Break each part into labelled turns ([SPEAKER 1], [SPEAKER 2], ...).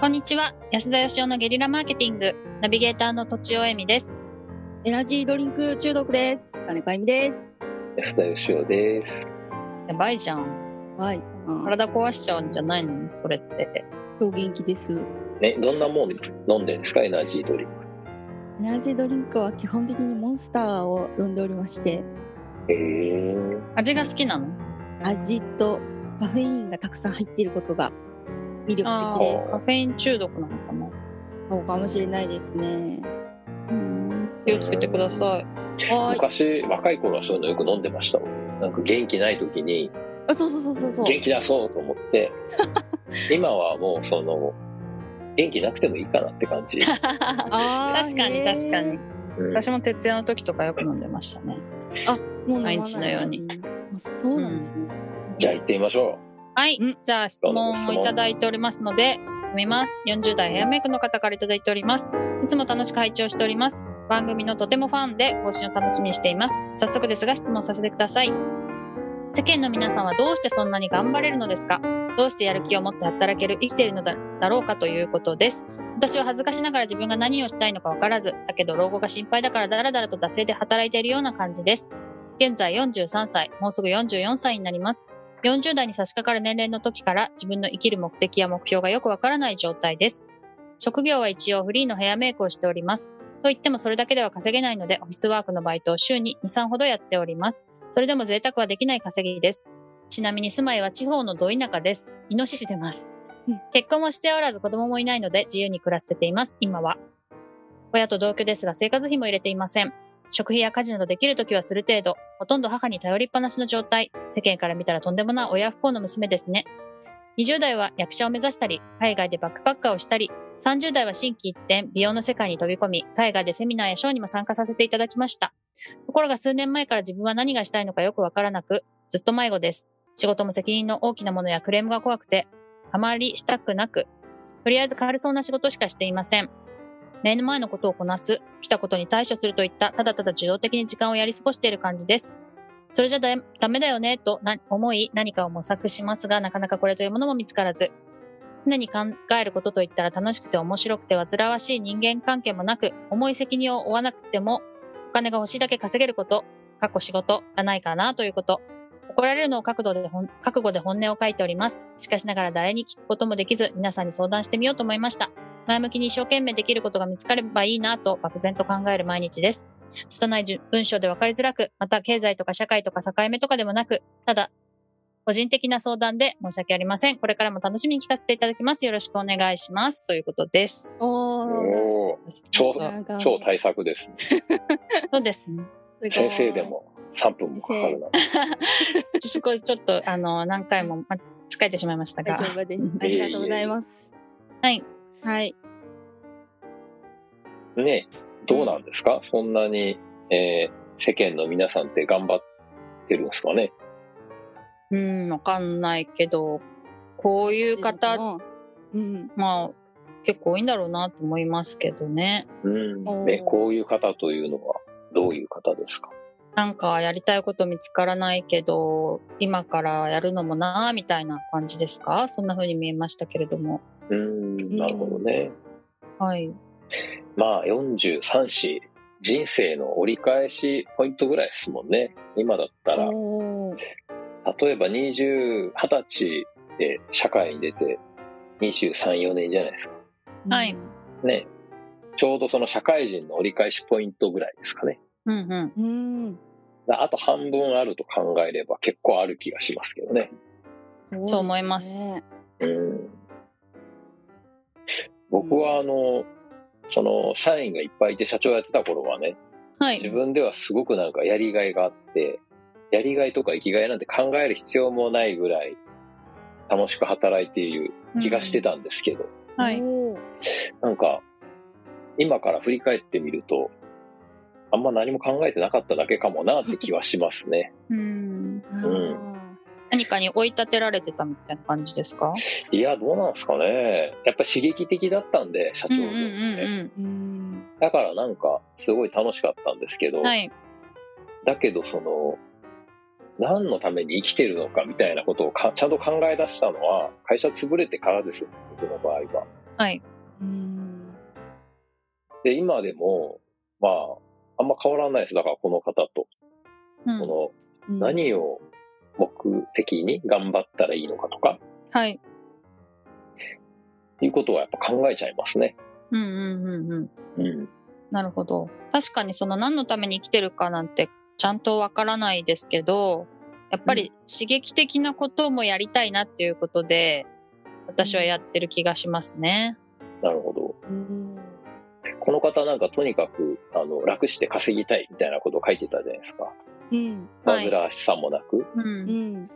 [SPEAKER 1] こんにちは安田義雄のゲリラマーケティングナビゲーターの土地尾恵美です
[SPEAKER 2] エナジードリンク中毒です。金子あゆみです。
[SPEAKER 3] 安田義雄です。
[SPEAKER 1] やばいじゃん
[SPEAKER 2] はい。あら、
[SPEAKER 1] 体壊しちゃうんじゃないのそれって
[SPEAKER 2] 今日元気です。エ
[SPEAKER 3] ね、どんなもん飲んでるんですか、エナジードリンク。
[SPEAKER 2] ナジードリンクは基本的にモンスターを飲んでおりまして、
[SPEAKER 3] へえ。
[SPEAKER 1] 味が好きなの
[SPEAKER 2] 味とカフェインがたくさん入っていることが魅
[SPEAKER 1] あ
[SPEAKER 2] 力的で
[SPEAKER 1] ーカフェイン中毒なのかな
[SPEAKER 2] そうかもしれないですね。うん。
[SPEAKER 1] 気をつけてください
[SPEAKER 2] はーい。
[SPEAKER 3] 昔、若い頃はそういうのよく飲んでましたもん。なんか元気ない時に、
[SPEAKER 2] あ、そうそうそうそうそう。
[SPEAKER 3] 元気出そうと思 って、今はもうその、元気なくてもいいかなって感 じ。
[SPEAKER 2] あー
[SPEAKER 1] 確かに
[SPEAKER 2] へー
[SPEAKER 1] 確かに
[SPEAKER 3] うん
[SPEAKER 1] 私も徹夜の時とかよく飲んでましたね
[SPEAKER 2] もう飲まない
[SPEAKER 1] 毎日のように。
[SPEAKER 2] あそうなんですね。
[SPEAKER 3] じゃあ行ってみましょ
[SPEAKER 1] はい、
[SPEAKER 2] うん
[SPEAKER 1] じゃあ質問をいただいておりますので読みます40代ヘアメイクの方からいただいておりますいつも楽しく拝聴しております番組のとてもファンで更新を楽しみにしています早速ですが質問させてください世間の皆さんはどうしてそんなに頑張れるのですかどうしてやる気を持って働ける生きているのだだろうかということです私は恥ずかしながら自分が何をしたいのか分からずだけど老後が心配だからだらだらと惰性で働いているような感じです現在43歳もうすぐ44歳になります40代に差し掛かる年齢の時から自分の生きる目的や目標がよくわからない状態です。職業は一応フリーのヘアメイクをしております。と言ってもそれだけでは稼げないのでオフィスワークのバイトを週に2、3ほどやっております。それでも贅沢はできない稼ぎです。ちなみに住まいは地方のど田舎です。イノシシ出ます
[SPEAKER 2] うん。
[SPEAKER 1] 結婚もしておらず子供もいないので自由に暮らせています、今は。親と同居ですが生活費も入れていません。食費や家事などできるときはする程度、ほとんど母に頼りっぱなしの状態。世間から見たらとんでもない親不孝の娘ですね。20代は役者を目指したり、海外でバックパッカーをしたり、30代は心機一転、美容の世界に飛び込み、海外でセミナーやショーにも参加させていただきました。ところが数年前から自分は何がしたいのかよくわからなく、ずっと迷子です。仕事も責任の大きなものやクレームが怖くて、あまりしたくなく、とりあえず軽そうな仕事しかしていません。目の前のことをこなす、来たことに対処するといった、ただただ受動的に時間をやり過ごしている感じです。それじゃだダメだよね、とな思い、何かを模索しますが、なかなかこれというものも見つからず、常に考えることといったら楽しくて面白くて煩わしい人間関係もなく、重い責任を負わなくても、お金が欲しいだけ稼げること、過去仕事がないかなということ、怒られるのを覚悟で本覚悟で本音を書いております。しかしながら誰に聞くこともできず、皆さんに相談してみようと思いました。前向きに一生懸命できることが見つかればいいなと漠然と考える毎日です。拙いじゅ文章で分かりづらく、また経済とか社会とか境目とかでもなく、ただ、個人的な相談で申し訳ありません。これからも楽しみに聞かせていただきます。よろしくお願いします。ということです。
[SPEAKER 2] お
[SPEAKER 3] う。
[SPEAKER 2] ー。
[SPEAKER 3] おお、超
[SPEAKER 2] なんか、
[SPEAKER 3] 超対策ですね。
[SPEAKER 1] そうですね。
[SPEAKER 3] 先生で。も3分もかかるな。
[SPEAKER 1] すごいちょっと、あの、何回もま使えてし まいました
[SPEAKER 2] 大
[SPEAKER 1] が
[SPEAKER 2] 丈。夫です。ありがとうございます。
[SPEAKER 1] はい。
[SPEAKER 2] はい。
[SPEAKER 3] ね、どうなんですか、そんなに、えー世間の皆さんって頑張ってるんですかね
[SPEAKER 1] うん、わかんないけど、こういう方、
[SPEAKER 2] うん、
[SPEAKER 1] まあ、結構多いんだろうなと思いますけどね。
[SPEAKER 3] うん。
[SPEAKER 2] おー
[SPEAKER 3] ね、こういう方というのはどういう方ですか
[SPEAKER 1] なんかやりたいこと見つからないけど今からやるのもなあみたいな感じですかそんな風に見えましたけれども
[SPEAKER 3] うん、なるほどね。
[SPEAKER 1] はい
[SPEAKER 3] まあ、43子、人生の折り返しポイントぐらいですもんね。今だったら、
[SPEAKER 2] おー
[SPEAKER 3] 例えば20、20歳で社会に出て、23、4年じゃないですか。
[SPEAKER 1] はい
[SPEAKER 3] ね。ちょうどその社会人の折り返しポイントぐらいですかね。
[SPEAKER 1] うんうん
[SPEAKER 2] うん、
[SPEAKER 3] あと半分あると考えれば結構ある気がしますけどね。
[SPEAKER 2] うん
[SPEAKER 1] そう思います
[SPEAKER 2] そうでね
[SPEAKER 3] うん、僕はあの、その社員がいっぱいいて社長やってた頃はね、
[SPEAKER 1] は
[SPEAKER 3] 自
[SPEAKER 1] い
[SPEAKER 3] 分ではすごくなんかやりがいがあって、やりがいとか生きがいなんて考える必要もないぐらい楽しく働いている気がしてたんですけど、
[SPEAKER 1] はい
[SPEAKER 2] おー
[SPEAKER 3] なんか今から振り返ってみると、あんま何も考えてなかっただけかもなって気はしますね。
[SPEAKER 1] うん
[SPEAKER 2] あ
[SPEAKER 3] う
[SPEAKER 2] ー
[SPEAKER 1] 何かに追い立てられてたみたいな感じですか
[SPEAKER 3] いや、どうなんですかね。やっぱ刺激的だったんで、社長
[SPEAKER 1] うんう
[SPEAKER 3] 業
[SPEAKER 1] んう
[SPEAKER 3] もね、
[SPEAKER 1] ん
[SPEAKER 2] うん。
[SPEAKER 3] だからなんか、すごい楽しかったんですけど、
[SPEAKER 1] うんはい
[SPEAKER 3] だけど、その、何のために生きてるのかみたいなことをかちゃんと考え出したのは、会社潰れてからですよ、僕の場合は。
[SPEAKER 1] はい。
[SPEAKER 2] うん。
[SPEAKER 3] で、今でも、まあ、あんま変わらないです。だから、この方と。
[SPEAKER 1] うん
[SPEAKER 3] こ
[SPEAKER 2] うん
[SPEAKER 3] の、何を目的に頑張ったらいいのかとか、
[SPEAKER 1] はい。
[SPEAKER 3] いうことはやっぱ考えちゃいますね。
[SPEAKER 1] うんうんうんうん。
[SPEAKER 3] うん。
[SPEAKER 1] なるほど。確かにその何のために生きてるかなんてちゃんとわからないですけど、やっぱり刺激的なこともやりたいなっていうことで、私はやってる気がしますね。
[SPEAKER 3] なるほど。
[SPEAKER 2] うん
[SPEAKER 3] この方なんかとにかく、あの、楽して稼ぎたいみたいなことを書いてたじゃないですか。
[SPEAKER 2] うん。
[SPEAKER 1] はい
[SPEAKER 3] 煩わしさもなく。
[SPEAKER 1] うん。
[SPEAKER 2] ん。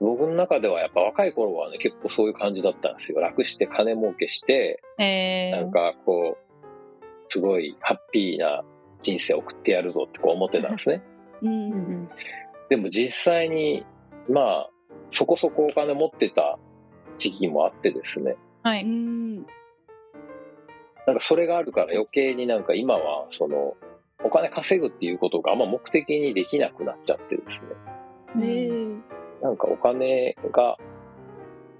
[SPEAKER 3] 僕の中ではやっぱ若い頃はね、結構そういう感じだったんですよ。楽して金儲けして、
[SPEAKER 1] え
[SPEAKER 3] なんかこう、すごいハッピーな人生送ってやるぞってこう思ってたんですね。
[SPEAKER 2] う
[SPEAKER 1] ーうん
[SPEAKER 2] ん。
[SPEAKER 1] うん
[SPEAKER 3] でも実際に、まあ、そこそこお金持ってた時期もあってですね。
[SPEAKER 1] は
[SPEAKER 2] う
[SPEAKER 1] い。
[SPEAKER 2] ん。
[SPEAKER 3] なんかそれがあるから余計になんか今は、その、お金稼ぐっていうことがあんま目的にできなくなっちゃってですね。
[SPEAKER 2] ねえ。
[SPEAKER 3] なんかお金が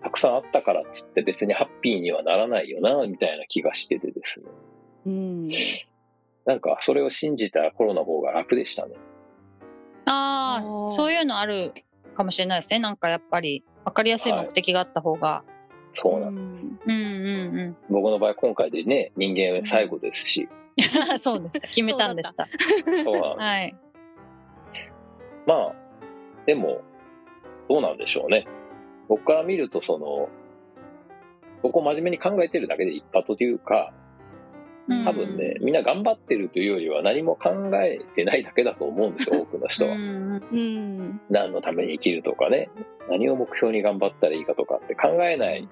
[SPEAKER 3] たくさんあったからっつって別にハッピーにはならないよな、みたいな気がしててですね。
[SPEAKER 2] うん。
[SPEAKER 3] なんかそれを信じた頃の方が楽でしたね。
[SPEAKER 1] ああ、
[SPEAKER 2] あー
[SPEAKER 1] そういうのあるかもしれないですね。なんかやっぱり分かりやすい目的があった方が。
[SPEAKER 3] そうなん、
[SPEAKER 1] うんうん
[SPEAKER 3] 僕の場合今回でね、人間最後ですし、
[SPEAKER 1] うん。 そうでした。決めたんでした。
[SPEAKER 3] そうなん です
[SPEAKER 1] はい。
[SPEAKER 3] まあ、でも、どうなんでしょうね。僕から見ると、その、僕を真面目に考えてるだけで一派というか、
[SPEAKER 1] うん
[SPEAKER 3] 多分ね、みんな頑張ってるというよりは何も考えてないだけだと思うんですよ、多くの人
[SPEAKER 1] う
[SPEAKER 3] は。
[SPEAKER 1] んうん
[SPEAKER 2] うん。
[SPEAKER 3] 何のために生きるとかね、何を目標に頑張ったらいいかとかって考えない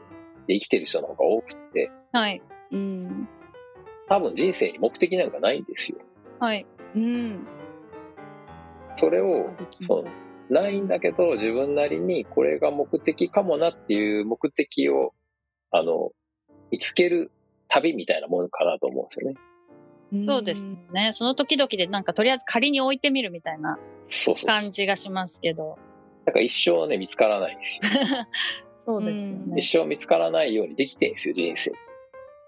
[SPEAKER 3] で生きてる人の方が多くって、
[SPEAKER 1] はい。
[SPEAKER 2] うん。
[SPEAKER 3] 多分人生に目的なんかないんですよ。
[SPEAKER 1] はい。
[SPEAKER 2] うん。
[SPEAKER 3] それを
[SPEAKER 2] あできん
[SPEAKER 3] そう
[SPEAKER 2] だ
[SPEAKER 3] ないんだけど、自分なりにこれが目的かもなっていう目的を、あの、見つける旅みたいなものかなと思うんですよね。
[SPEAKER 1] そうです。ね。その時々でなんかとりあえず仮に置いてみるみたいな
[SPEAKER 3] そうそう。
[SPEAKER 1] 感じがしますけど。
[SPEAKER 3] なんか一生ね、見つからない んですよ。
[SPEAKER 1] そうですよ
[SPEAKER 2] うん
[SPEAKER 1] ね。
[SPEAKER 3] 一生見つからないようにできてんですよ、人生。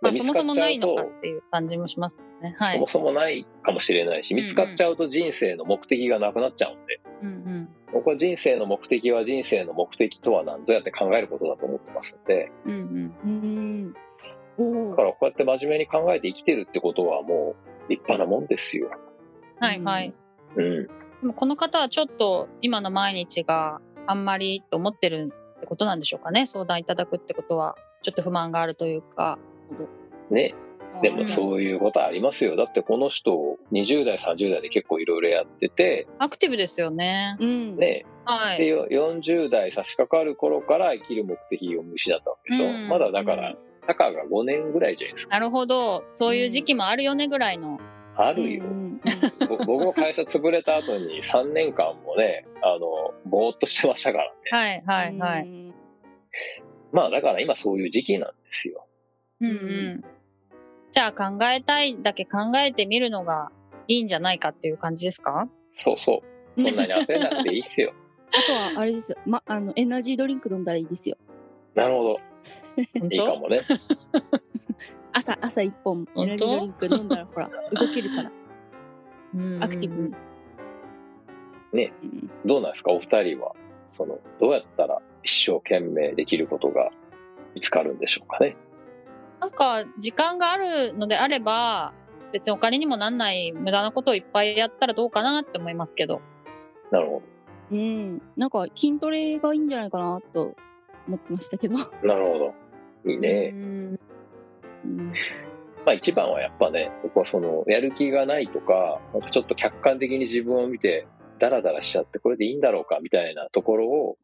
[SPEAKER 1] まあ
[SPEAKER 3] で
[SPEAKER 1] そもそもないのか
[SPEAKER 3] 見つっちゃうと
[SPEAKER 1] っていう感じもしますね。は
[SPEAKER 3] そ
[SPEAKER 1] い
[SPEAKER 3] も。そもないかもしれないし、見つかっちゃうと人生の目的がなくなっちゃうんで、
[SPEAKER 1] うんうん
[SPEAKER 3] 僕は人生の目的は人生の目的とは何ぞやって考えることだと思ってますので、
[SPEAKER 1] うんうん。
[SPEAKER 2] うん。お
[SPEAKER 3] だ
[SPEAKER 2] お
[SPEAKER 3] か。らこうやって真面目に考えて生きてるってことはもう立派なもんですよ。
[SPEAKER 1] はいはい。
[SPEAKER 3] うん。
[SPEAKER 1] でもこの方はちょっと今の毎日があんまりと思ってるってことなんでしょうかね相談いただくってことはちょっと不満があるというか
[SPEAKER 3] ね。でも
[SPEAKER 2] う。
[SPEAKER 3] そういうことありますよ。だってこの人、20代、30代で結構いろいろやってて、
[SPEAKER 1] アクティブですよね。
[SPEAKER 2] うん。。
[SPEAKER 3] ね。
[SPEAKER 1] は
[SPEAKER 3] で、
[SPEAKER 1] い。
[SPEAKER 3] よ40代差し掛かる頃から生きる目的を見失ったわけと、
[SPEAKER 1] うん
[SPEAKER 3] まだだから、
[SPEAKER 2] う
[SPEAKER 3] たかが5年ぐらいじゃないですか。
[SPEAKER 1] なるほどそういう時期もあるよねぐらいの。
[SPEAKER 3] あ
[SPEAKER 2] あ
[SPEAKER 3] るよ。
[SPEAKER 2] うん。
[SPEAKER 3] ぼ僕も会社潰れた後に3年間もね、あの、ぼーっとしてましたからね。
[SPEAKER 1] はいはいはい。
[SPEAKER 2] い。
[SPEAKER 3] まあだから今そういう時期なんですよ。
[SPEAKER 1] うんんうん。じゃあ考えたいだけ考えてみるのがいいんじゃないかっていう感じですか
[SPEAKER 3] そ うそう。そんなに焦れなくていいっすよ。
[SPEAKER 2] あとはあれですよ。まあのエナジードリンク飲んだらいいですよ。
[SPEAKER 3] なるほど。
[SPEAKER 1] 本
[SPEAKER 3] いいか
[SPEAKER 1] 当
[SPEAKER 3] もね。
[SPEAKER 2] 朝朝一本
[SPEAKER 1] 当
[SPEAKER 2] エナジードリンク飲んだらほ ら動けるから。
[SPEAKER 1] うん
[SPEAKER 2] アクティブにうん
[SPEAKER 3] どうなんですかお二人は、その、どうやったら一生懸命できることが見つかるんでしょうかね。
[SPEAKER 1] なんか時間があるのであれば別にお金にもなんない無駄なことをいっぱいやったらどうかなって思いますけど。
[SPEAKER 3] なるほ
[SPEAKER 2] うん。なんか筋トレがいいんじゃないかなと思ってましたけど。
[SPEAKER 3] ど。なるほど。いいね
[SPEAKER 1] う。ん
[SPEAKER 2] うん。
[SPEAKER 3] まあ一番はやっぱね、僕はその、やる気がないとか、なんかちょっと客観的に自分を見て、ダラダラしちゃって、これでいいんだろうかみたいなところを、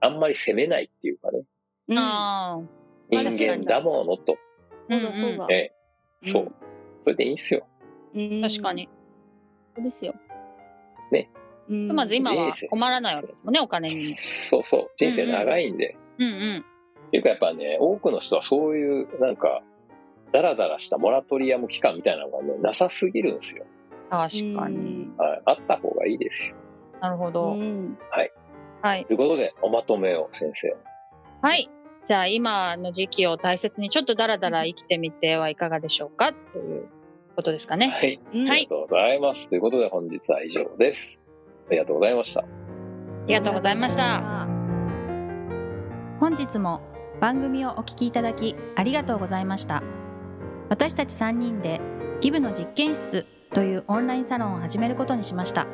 [SPEAKER 3] あんまり責めないっていうかね。
[SPEAKER 1] ああ。
[SPEAKER 3] 人
[SPEAKER 2] あ確か
[SPEAKER 3] 間
[SPEAKER 2] に
[SPEAKER 3] だものと。
[SPEAKER 2] そうだそうだ。
[SPEAKER 3] ええ、そう。それでいいんすよ。
[SPEAKER 2] うん。
[SPEAKER 1] 確かに。
[SPEAKER 2] そうですよ。
[SPEAKER 3] ね。
[SPEAKER 2] うん
[SPEAKER 1] ひとまず今は
[SPEAKER 3] 人生
[SPEAKER 1] 困らないわけですもんね、お金にも。
[SPEAKER 3] そうそう。人生長いんで。
[SPEAKER 1] うんうん。
[SPEAKER 3] っていうかやっぱね、多くの人はそういう、なんか、ダラダラしたモラトリアム期間みたいなのがね、なさすぎるんですよ。
[SPEAKER 1] 確かに。
[SPEAKER 2] に。
[SPEAKER 3] はい。あった方がいいですよ。
[SPEAKER 1] なるほ
[SPEAKER 2] う
[SPEAKER 1] ど。
[SPEAKER 2] ん。
[SPEAKER 1] はい。
[SPEAKER 3] ということで、おまとめを先生。
[SPEAKER 1] はい。じゃあ今の時期を大切にちょっとダラダラ生きてみてはいかがでしょうかということですかね。
[SPEAKER 3] はい。
[SPEAKER 2] うん
[SPEAKER 1] は
[SPEAKER 3] あ
[SPEAKER 1] い
[SPEAKER 3] りがとうございます。ということで本日は以上です。ありがとうございました。
[SPEAKER 1] ありがとうございました。
[SPEAKER 4] 本日も番組をお聞きいただきありがとうございました私たち3人でギブの実験室というオンラインサロンを始めることにしました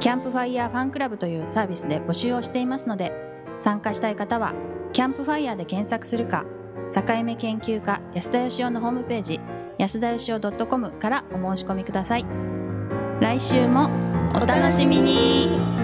[SPEAKER 4] キャンプファイヤーファンクラブというサービスで募集をしていますので参加したい方はキャンプファイヤーで検索するか境目研究家安田義雄のホームページ安田義雄 .com からお申し込みください来週もお楽しみに